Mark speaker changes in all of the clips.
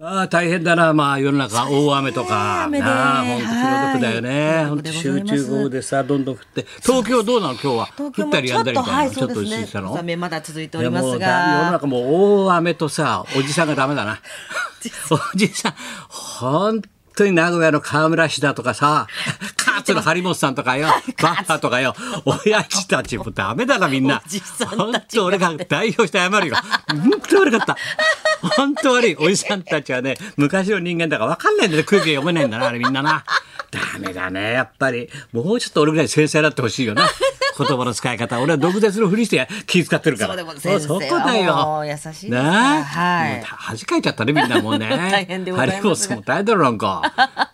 Speaker 1: ああ大変だな、まあ、世の中大雨とか、
Speaker 2: そうですね雨で
Speaker 1: なあ本当気の毒だよね、
Speaker 2: はい
Speaker 1: 本当
Speaker 2: という
Speaker 1: 集
Speaker 2: ことでございます
Speaker 1: 中豪雨でさ、どんどん降って、東京どうなの、今日は、
Speaker 2: 東京
Speaker 1: 降っ
Speaker 2: も
Speaker 1: たり
Speaker 2: ち
Speaker 1: や
Speaker 2: ょ
Speaker 1: ん
Speaker 2: っ
Speaker 1: だり
Speaker 2: と
Speaker 1: みたい
Speaker 2: は
Speaker 1: ないち
Speaker 2: そ
Speaker 1: ょ
Speaker 2: う
Speaker 1: っと
Speaker 2: で
Speaker 1: 一
Speaker 2: す
Speaker 1: 時
Speaker 2: ね
Speaker 1: した
Speaker 2: 小
Speaker 1: の。
Speaker 2: 雨まだ続いてお
Speaker 1: い
Speaker 2: り
Speaker 1: や
Speaker 2: ま
Speaker 1: も
Speaker 2: す
Speaker 1: うだ世の
Speaker 2: が
Speaker 1: 中もう大雨とさ、おじさんがダメだ な。おじさん、本当に名古屋の河村氏だとか さ、カーツの張本さんとかよ、バッハとかよ、親父たちもダメだなみんな
Speaker 2: おじ。さん
Speaker 1: 本
Speaker 2: たち
Speaker 1: 当俺が代表して謝るよ。本当悪かった。本当悪い。おじさんたちはね、昔の人間だから分かんないんだよ。空気が読めないんだな、あれみんなな。ダメだね、やっぱり。もうちょっと俺ぐらい繊細になってほしいよな。言葉の使い方。俺は毒舌のふりして気遣ってるから。
Speaker 2: そうでも先生
Speaker 1: そうそこだよ。
Speaker 2: はもう優しいですから
Speaker 1: なあ
Speaker 2: はい
Speaker 1: もう恥かいちゃったね、みんなもうね。
Speaker 2: 大変でございます
Speaker 1: ハリボーさんも大変だろ、なんか。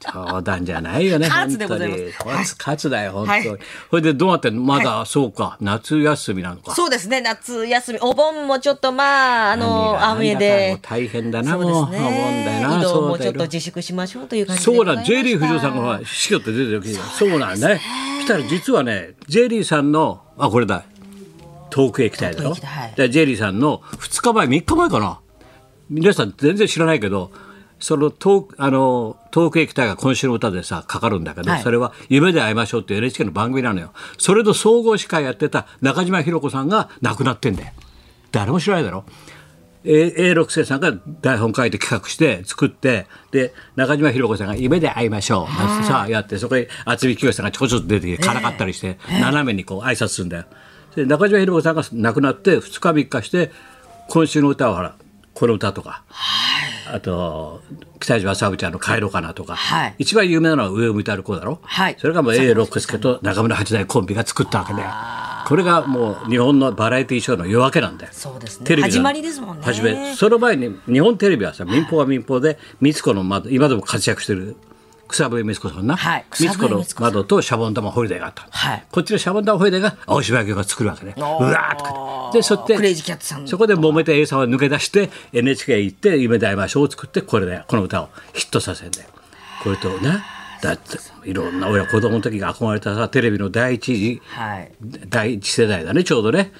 Speaker 1: 冗談じゃないよね、
Speaker 2: カ
Speaker 1: 本
Speaker 2: ツで
Speaker 1: 当
Speaker 2: ござい
Speaker 1: に
Speaker 2: ます。
Speaker 1: カツ、カツだよ、本
Speaker 2: はい
Speaker 1: 当に。それでどうなってんのまだ、そうか、夏休みなのか。
Speaker 2: そうですね夏休みお盆もちょっとまああの雨で
Speaker 1: 大変だな、も。
Speaker 2: そうう
Speaker 1: 思
Speaker 2: で
Speaker 1: う
Speaker 2: す
Speaker 1: んだよな。
Speaker 2: ね移動
Speaker 1: そ
Speaker 2: も
Speaker 1: うだ
Speaker 2: ちょ
Speaker 1: よ
Speaker 2: っと自粛しましょうという感じで
Speaker 1: そ
Speaker 2: ご
Speaker 1: う
Speaker 2: ざい
Speaker 1: な
Speaker 2: ま
Speaker 1: ん、
Speaker 2: した
Speaker 1: J リー不条さんがほら、死去って出てるわけじゃん。そうなんね。したら実はね、J リーさんの、あ、これだ。遠くへ行きたいだろ。
Speaker 2: 遠くへ行きたいはい
Speaker 1: だから J リーさんの2日前、3日前かな。皆さん全然知らないけど、その遠く、あの、遠くへ行きたいが今週の歌でさ、かかるんだけど、
Speaker 2: はい
Speaker 1: それは夢で会いましょうっていう NHK の番組なのよ。それと総合司会やってた中島ひろ子さんが亡くなってんだよ。誰も知らないだろ。A- A6 生さんが台本書いて企画して作ってで中島ひろ子さんが「夢で会いましょう」なんてさやってそこに渥美清さんがちょこちょこ出てきてからかったりして斜めにこう挨拶するんだよ。で中島ひろ子さんが亡くなって2日3日して今週の歌はほらこの歌とか。あと北島沙織ちゃんの「帰ろうかな」とか、
Speaker 2: はい
Speaker 1: 一番有名なのは上を向いて歩こうだろ、
Speaker 2: はい
Speaker 1: それがもう A 六輔と中村八大コンビが作ったわけだよこれがもう日本のバラエティーショーの夜明けなんだよ
Speaker 2: そうですね
Speaker 1: テレビの
Speaker 2: 始まりですもんね
Speaker 1: 始めその前に日本テレビはさ民放は民放で光子の窓今でも活躍してる草笛光子さんな、
Speaker 2: はい
Speaker 1: 光子
Speaker 2: 草笛
Speaker 1: の
Speaker 2: 光子さん
Speaker 1: 窓とシャボン玉ホリデーがあった、
Speaker 2: はい
Speaker 1: こっちのシャボン玉ホリデーが青島明が作るわけねう
Speaker 2: ー
Speaker 1: わーっとかってでそって
Speaker 2: クレイジーキャッツさん
Speaker 1: そこで揉めて A さんは抜け出して NHK 行って「夢で会いましょう」を作ってこれでこの歌をヒットさせんだよ。これとなだっていろんな親子供の時が憧れたさテレビの第一次、
Speaker 2: はい
Speaker 1: 第一世代だねちょうどね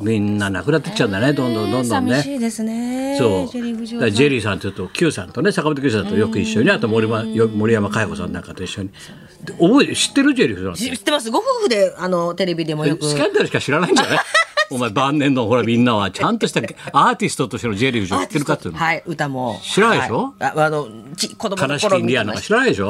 Speaker 1: みんな亡くなってっちゃうんだねどんどんどんどんね。
Speaker 2: 寂しいですね
Speaker 1: そう
Speaker 2: ジェリー不条
Speaker 1: だからジェ
Speaker 2: さ
Speaker 1: リーさんというと Q さんとね坂本九さんとよく一緒にあと森山よ森山佳代子さんなんかと一緒に、で覚えて知ってるジェリーさんっ
Speaker 2: ん
Speaker 1: て
Speaker 2: 知ってますご夫婦であのテレビでもよく
Speaker 1: スキャンダルしか知らないんじ ゃないお前晩年のほらみんなはちゃんとしたアーティストとしてのジェリーさん知ってるかっていうの
Speaker 2: はい歌も
Speaker 1: 知らないでしょ
Speaker 2: はいああのち子供
Speaker 1: 悲
Speaker 2: の
Speaker 1: しき
Speaker 2: 頃
Speaker 1: イン
Speaker 2: 見
Speaker 1: ディ
Speaker 2: て
Speaker 1: アンなん
Speaker 2: ま
Speaker 1: か
Speaker 2: し
Speaker 1: 知らないでしょ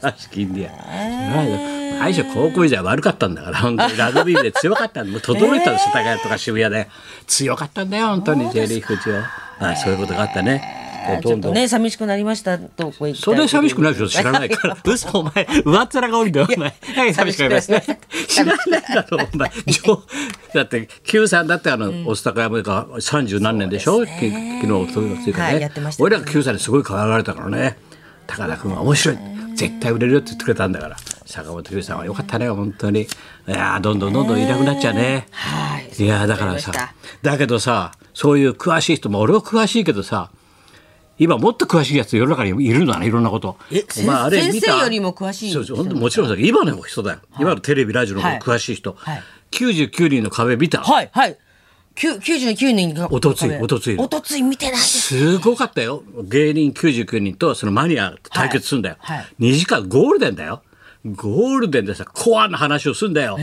Speaker 1: 悲しきインディアン知らないでしょ高校時代悪かったんだ から本当にラグビーで強かったんだもう届いたんですよ高谷とか渋谷で強かったんだよ本当に J リーグ口はあそういうことがあったね
Speaker 2: たち
Speaker 1: ど
Speaker 2: ょ
Speaker 1: ん
Speaker 2: っ
Speaker 1: ど
Speaker 2: と
Speaker 1: ん
Speaker 2: ね寂しくなりましたとこ行きた
Speaker 1: それ寂しくないでしょ知らない
Speaker 2: ら
Speaker 1: から。 嘘、お前、上っ面が多いんだよ、お前。はい、寂しくなりますね。知らないだろ、お前。上だって、Q さんだって、あの、おスタカヤムが三十何年でしょき昨日、おとといか
Speaker 2: はいや
Speaker 1: ね
Speaker 2: ってまし。たね
Speaker 1: 俺ら Q さんにすごい可愛がられたからね。高田君は面白い。絶対売れるよって言ってくれたんだから。坂本九さんはよかったね、本当に。いやーどんどんどんどんいなくなっちゃうね。
Speaker 2: はい
Speaker 1: いやーだから
Speaker 2: わかりまし
Speaker 1: さ
Speaker 2: た
Speaker 1: だけどさそういう詳しい人も俺は詳しいけどさ今もっと詳しいやつ世の中にいるのだねいろんなこと
Speaker 2: え
Speaker 1: お前あれ
Speaker 2: 先
Speaker 1: 見た
Speaker 2: 先生よりも詳しい
Speaker 1: そうそう本当もちろんさ今の人だよ、今のテレビラジオの方
Speaker 2: はい
Speaker 1: 詳しい人、
Speaker 2: はい
Speaker 1: 99人の壁見た、
Speaker 2: はいはい。九九十九人が。
Speaker 1: おとつい
Speaker 2: 壁
Speaker 1: おとつい
Speaker 2: おとつい見てないです。
Speaker 1: すごかったよ芸人99人とそのマニアと対決するんだよ、
Speaker 2: はいはい
Speaker 1: 2時間ゴールデンだよゴールデンでさコアな話をするんだよ、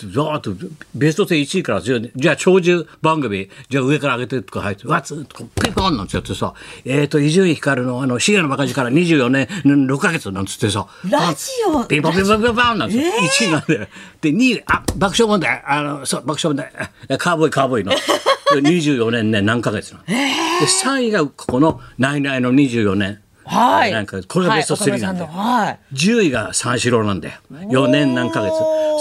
Speaker 1: ざーっとベスト10 1位から10じゃあ長寿番組じゃあ上から上げてとか入ってわっつとかピンポンなんつってさえっ、と伊集院光のあの深夜のバカ力から24年6ヶ月なんつってさ
Speaker 2: ラジオ
Speaker 1: ピンポンピンポンピンポンなんつって、1位なんだよで2位あ爆笑問題あのそう爆笑問題あカーボーイカーボ ーイの24年ね何ヶ月なの、で3位がここの「ナイナイ」の24年
Speaker 2: はい。
Speaker 1: なんかこれがベスト3なんだよ、
Speaker 2: はい岡村さのはい。
Speaker 1: 10位が三四郎なんだよ4年何ヶ月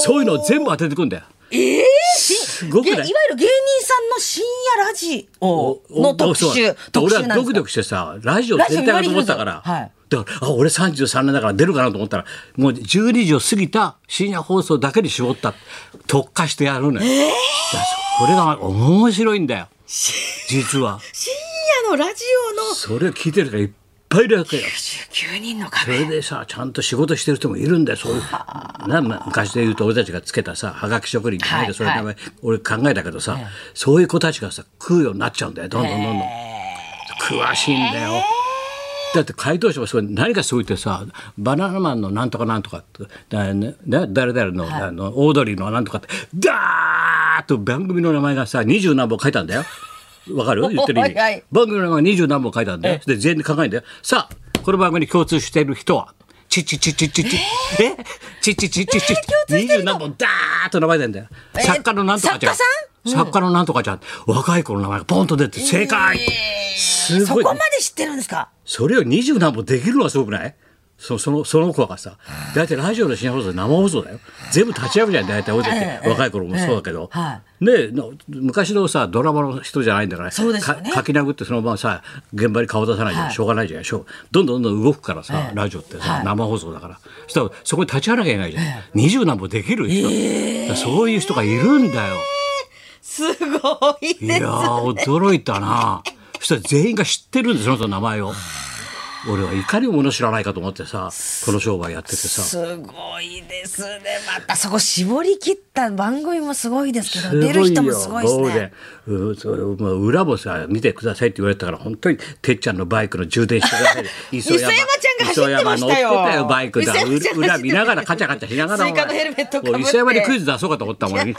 Speaker 1: そういうのを全部当ててくんだよ
Speaker 2: ええ
Speaker 1: すごく
Speaker 2: げい
Speaker 1: な
Speaker 2: わ
Speaker 1: い
Speaker 2: ゆる芸人さんの深夜ラジオの特
Speaker 1: そう
Speaker 2: 集特
Speaker 1: 俺
Speaker 2: 集
Speaker 1: は
Speaker 2: なん
Speaker 1: ドク
Speaker 2: ですか
Speaker 1: ドクしてさラジオ全体だと思ってたから、
Speaker 2: ラジオ
Speaker 1: だ
Speaker 2: 割
Speaker 1: からあ俺33年だから出るかなと思ったらもう12時を過ぎた深夜放送だけに絞った特化してやるのよ、だからそれが面白いんだよ実は
Speaker 2: 深夜のラジオの
Speaker 1: それを聞いてる人がいっぱいいるわけよ
Speaker 2: 99人の
Speaker 1: そ
Speaker 2: 壁
Speaker 1: れでさちゃんと仕事してる人もいるんだよそういうなまあ昔で言うと俺たちがつけたさはがき職人じゃないけど、
Speaker 2: はい
Speaker 1: そういう名前、俺考えたけどさ、そういう子たちがさ食うようになっちゃうんだよどんどんどんどん。詳しいんだよ。だって回答者もそれ何かすごいってさバナナマンのなんとかなんとかってだ、ね、ね誰々の,、あのオードリーのなんとかってダーッと番組の名前がさ二十何本書いたんだよ。わか る言ってる意味。
Speaker 2: はいはい
Speaker 1: 番組の名前二十何本書いたんだよ。で全員で考えるんだよ。さあこの番組に共通している人は。チッチッチッチッチッチッえチッチッチッチッチッ二十何本ダーッと名前出んだよ
Speaker 2: え
Speaker 1: 作家のなんとかちゃん
Speaker 2: 作家さん
Speaker 1: 作家のなんとかちゃん、若い頃の名前がポンと出て正解、す
Speaker 2: そ
Speaker 1: ご
Speaker 2: こ
Speaker 1: い
Speaker 2: まで知ってるんですか
Speaker 1: それを二十何本できるのはすごくないそそのその子がさ大体ラジオの深夜放送生放送だよ全部立ち会うじゃん大体大手
Speaker 2: え
Speaker 1: っ
Speaker 2: え
Speaker 1: て若い頃もそうだけど、
Speaker 2: ええは
Speaker 1: ねな昔のさドラマの人じゃないんだから
Speaker 2: そうですよね
Speaker 1: か書き殴ってそのままさ現場に顔出さないじゃん、
Speaker 2: はい
Speaker 1: しょうがないじゃんしょうどんどんどんどん動くからさ、
Speaker 2: ええ
Speaker 1: ラジオってさ、
Speaker 2: はい
Speaker 1: 生放送だからそしたらそこに立ち会わなきゃいけないじゃん二十、何本できる人、だからそういう人がいるんだよ。
Speaker 2: すごい
Speaker 1: いや
Speaker 2: です
Speaker 1: ー驚いたなそしたら全員が知ってるんですよその人の名前を俺はいかにももの知らないかと思ってさこの商売やっててさ
Speaker 2: すごいですねまたそこ絞り切った番組もすごいですけど
Speaker 1: すご
Speaker 2: 出る人もすごいです
Speaker 1: ゴールデ
Speaker 2: ね
Speaker 1: ンうんそうまあ裏もさ見てくださいって言われたから本当にてっちゃんのバイクの充電してください磯
Speaker 2: 磯山ちゃんが走ってましたよ
Speaker 1: 磯山乗ってたよバイクだ
Speaker 2: 磯山ちゃんが走って
Speaker 1: 裏見ながらカチャカチャしながら
Speaker 2: スイカの
Speaker 1: お前
Speaker 2: ヘルメットかぶって
Speaker 1: もう磯山にクイズ出そうかと思ったもんね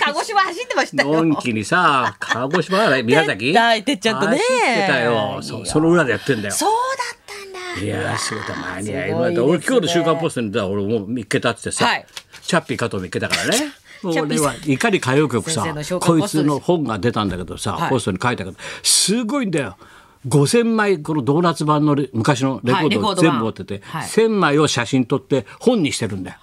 Speaker 2: 鹿児島走ってまし た
Speaker 1: のん
Speaker 2: よ
Speaker 1: きにさ鹿児島はね宮崎
Speaker 2: 絶対てっちゃんとね
Speaker 1: 走ってたよ
Speaker 2: い
Speaker 1: そ
Speaker 2: や
Speaker 1: その裏でやってんだよ
Speaker 2: そうだったんだ
Speaker 1: いやー、仕事前に合い
Speaker 2: すごいですね
Speaker 1: 俺今日の週刊ポストに出たら俺もう見っけたってさ、
Speaker 2: はい
Speaker 1: チャッピー加藤見っけたからね。もう
Speaker 2: チャッピ
Speaker 1: 俺
Speaker 2: ーさん
Speaker 1: はいかに歌謡曲さ
Speaker 2: 先生の、週刊
Speaker 1: こい
Speaker 2: ポストで
Speaker 1: つ
Speaker 2: す
Speaker 1: の本が出たんだけどさ、
Speaker 2: はい
Speaker 1: ポストに書いたけど、すごいんだよ。5000枚このドーナツ版のレ昔のレコ
Speaker 2: はいレ
Speaker 1: ード
Speaker 2: コー
Speaker 1: を
Speaker 2: ド版
Speaker 1: 全部持ってて、
Speaker 2: はい
Speaker 1: 1000枚を写真撮って本にしてるんだよ。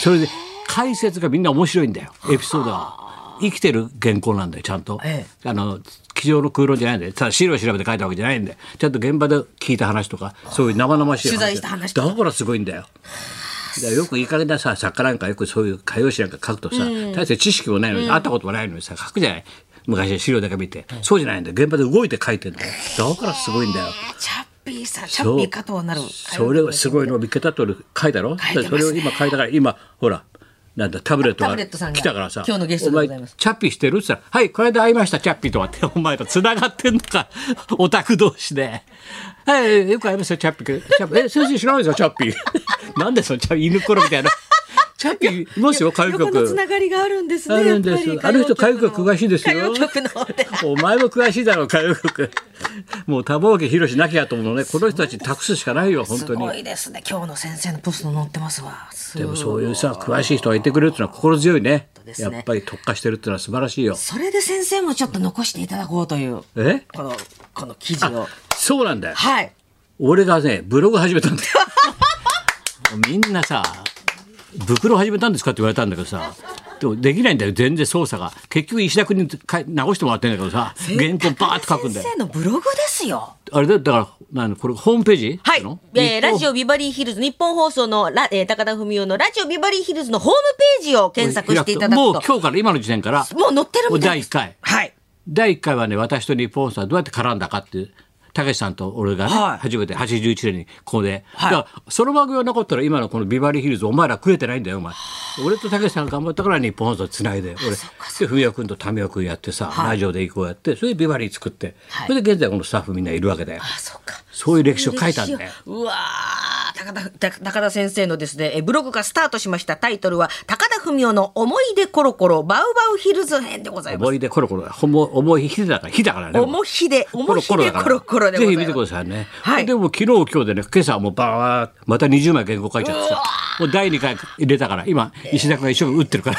Speaker 1: それで解説がみんな面白いんだよエピソードは。生きてる原稿なんだよちゃんと、
Speaker 2: え
Speaker 1: あの机上の空論じゃないんでただ資料調べて書いたわけじゃないんでちゃんと現場で聞いた話とかそういう生々しい
Speaker 2: 取材した話とか
Speaker 1: だからすごいんだよ。だからよくいい加減なさ作家なんかよくそういう歌謡詞なんか書くとさ、大して知識もないのに、会ったこともないのにさ書くじゃない昔の資料だけ見て、そうじゃないんだよ現場で動いて書いてんだよだからすごいんだよ。
Speaker 2: チャッピーさんチャッピー加藤なる
Speaker 1: それはすごいのを見っけたって俺書いたろ
Speaker 2: 書いてますね
Speaker 1: それを今書いたから今ほらなんだタブレット
Speaker 2: あタ
Speaker 1: が
Speaker 2: ブレットさんが
Speaker 1: 来たからさ
Speaker 2: 今日のゲストでございま
Speaker 1: お前
Speaker 2: す
Speaker 1: チャッピーしてる?」って言ったら「はいこの間会いましたチャッピーとは」ってお前と繋がってんのかオタク同士で「はいよく会いましたチャッピー」チャッピーえ先生知らないですよチャッピー」 なんでそのチャッピー犬っころみたいなチャッピーいますよ歌謡
Speaker 2: 横のつ
Speaker 1: 曲
Speaker 2: ながりがあるんですね
Speaker 1: あるんです
Speaker 2: やっぱり
Speaker 1: あの人歌謡曲詳しいですよ
Speaker 2: 歌謡曲の方で
Speaker 1: お前も詳しいだろう歌謡曲もう多忙家広しなきゃと思うのねこの人たち託すしかないよ本
Speaker 2: す
Speaker 1: 当に
Speaker 2: ごいですね今日の先生のポスト載ってますわすご
Speaker 1: でもそういうさ詳しい人がいてくれるっていうのは心強いね
Speaker 2: です
Speaker 1: や
Speaker 2: ね
Speaker 1: っぱり特化してるっていうのは素晴らしいよ
Speaker 2: それで先生もちょっと残していただこうという
Speaker 1: え
Speaker 2: このこの記事を
Speaker 1: そうなんだよ
Speaker 2: はい
Speaker 1: 俺がねブログ始めたんだよみんなさ「ブクロ始めたんですか?」って言われたんだけどさでもできないんだよ全然操作が結局石田君に書い直してもらってんだけどさ原稿バーって書くんだよ
Speaker 2: 先生のブログですよ
Speaker 1: あれだだからなんこれホームページ
Speaker 2: はい
Speaker 1: なの、
Speaker 2: えー、
Speaker 1: 日本
Speaker 2: ラジオビバリーヒルズ日本放送のラ、えー、高田文夫のラジオビバリーヒルズのホームページを検索していただくと
Speaker 1: もう今日から今の時点から
Speaker 2: もう載ってるみたいです
Speaker 1: もう第一回
Speaker 2: はい
Speaker 1: 第1回はね私と日本さんどうやって絡んだかっていうたけしさんと俺がね、
Speaker 2: はい
Speaker 1: 初めて81年にここで、
Speaker 2: はい
Speaker 1: だからその番組が残ったら今のこのビバリーヒルズお前ら食えてないんだよお前俺とたけしさんが頑張ったから日本放送つないで俺で文也君と民生君やってさ、ラジオで行こうやってそれでビバリー作って、
Speaker 2: はい
Speaker 1: それで現在このスタッフみんないるわけだよ。
Speaker 2: あそうか
Speaker 1: そういう歴史を書いたんだよ
Speaker 2: うわー高田た高田先生のですねえーブログがスタートしましたタイトルは「高田文夫の思い出コロコロバウバウヒルズ編」でございます
Speaker 1: 思い出コロコロほんも重い日だから日だからね。
Speaker 2: おもひで、お
Speaker 1: コ
Speaker 2: も
Speaker 1: ロ
Speaker 2: ひ
Speaker 1: コロ
Speaker 2: で
Speaker 1: だから
Speaker 2: コロコロで
Speaker 1: ぜ
Speaker 2: ござい
Speaker 1: ひ
Speaker 2: ま
Speaker 1: 見
Speaker 2: す。
Speaker 1: てくださいね、
Speaker 2: はい
Speaker 1: でも昨日今日でね今朝はもうバーッまた20枚原稿書いちゃってさもう第2回入れたから今石田君が一生懸命打ってるから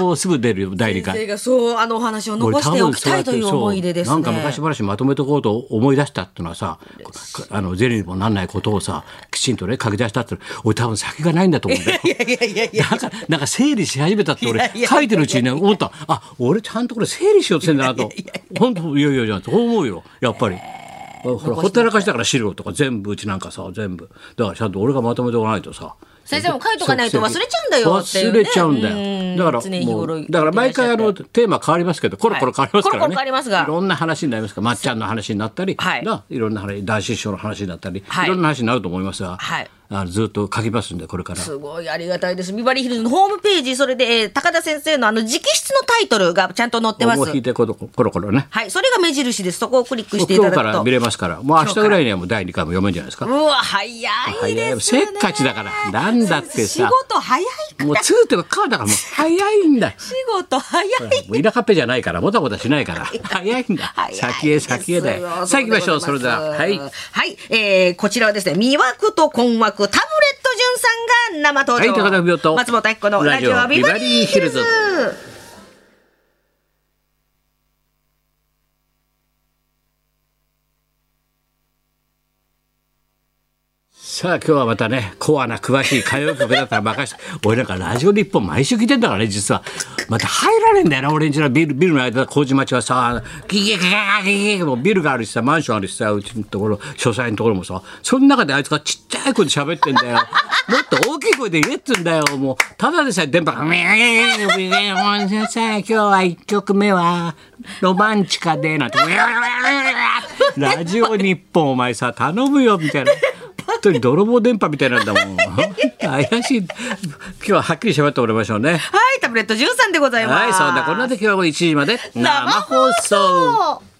Speaker 1: もうすぐ出るよ第2
Speaker 2: 先生
Speaker 1: 回。
Speaker 2: がそう、あのお話を残しておきたいという思い出ですね。
Speaker 1: なんか昔話まとめとこうと思い出したっていうのはさあのゼリーにもなんないことをさきちんとね書き出したっていうの俺多分先がないんだと思うんだよ。
Speaker 2: いやいやいやいや。
Speaker 1: なんか、なんか整理し始めたって
Speaker 2: いや
Speaker 1: 俺
Speaker 2: いやいや
Speaker 1: 書いてるうちにね思った。あ、俺ちゃんとこれ整理しようとしてんだなと。本当いやいやいや、そう思うよ。やっぱり。ほら、ほったらかしだから資料とか全部うちなんかさ、全部。だからちゃんと俺がまとめておかないとさ。
Speaker 2: 先生も書いとかないと忘れちゃうんだよっていう
Speaker 1: 忘
Speaker 2: ね
Speaker 1: れちゃうんだ
Speaker 2: うん
Speaker 1: よ。だから、
Speaker 2: 常日
Speaker 1: も
Speaker 2: 頃言っ
Speaker 1: う
Speaker 2: て
Speaker 1: だから毎回あ
Speaker 2: らっ
Speaker 1: の、
Speaker 2: し
Speaker 1: テーマ変わりますけど、コロコロ変わりますからね。
Speaker 2: はいコロコロ変わりますが
Speaker 1: いろんな話になりますから、まっちゃんの話になったり、
Speaker 2: はい
Speaker 1: ないろんな話、男子師匠の話になったり、
Speaker 2: はい
Speaker 1: いろんな話になると思いますが。
Speaker 2: はい
Speaker 1: あのずっと書きますんでこれから。
Speaker 2: すごいありがたいです。ビバリーヒルズのホームページ、それで、えー高田先生のあの直筆のタイトルがちゃんと載ってま
Speaker 1: もう
Speaker 2: す
Speaker 1: 引い。てころころころね。
Speaker 2: はい、それが目印です。そこをクリックしてい
Speaker 1: 今日
Speaker 2: ただ
Speaker 1: から
Speaker 2: くと。
Speaker 1: 見れますから、もう明日ぐらいにはもう第2回も読めるんじゃないですか
Speaker 2: う。わ、早いですね。
Speaker 1: 早いせっかちだからなんだってさ
Speaker 2: 仕事早い
Speaker 1: も
Speaker 2: か
Speaker 1: う
Speaker 2: ら。
Speaker 1: ツーってかだからもう早い んだ。
Speaker 2: 仕事早い。
Speaker 1: もう田舎っぺじゃないから、もたもたしないから。早いんだ
Speaker 2: 早い。ですよ
Speaker 1: 先へ先へだよ。さあ行きましょう。それでは、はい。
Speaker 2: はい、えーこちらはですね、魅惑と困惑、タブレット潤さんが生登
Speaker 1: はい
Speaker 2: 場。
Speaker 1: 高田文夫と
Speaker 2: 松本明子のラジ
Speaker 1: ラジ
Speaker 2: オ
Speaker 1: オ
Speaker 2: ビバリーヒルズ
Speaker 1: ビ。さあ今日はまたね、コアな詳しい歌謡曲だったら任せて、俺なんかラジオ日本毎週聞いてんだからね、実は。また入られんだよな、俺んちのビルビルの間、麹町はさ、ギギギギギギギもうビルがあるしさ、マンションあるしさ、うちのところ、書斎のところもさ、その中であいつがちっちゃい声で喋ってんだよ。もっと大きい声で言えっつうんだよ、もう。ただでさえ電波が、今日は一曲目は、ロマンチカで、なんて、ラジオ日本お前さ、頼むよ、みたいな。本当に泥棒電波みたいなんだもん。怪しい。今日ははっきり喋っておりましょうね。
Speaker 2: はい、タブレット潤さんでございます。
Speaker 1: はい、そうだ。こんな時はもう1時まで生
Speaker 2: 生
Speaker 1: 放送。
Speaker 2: 放送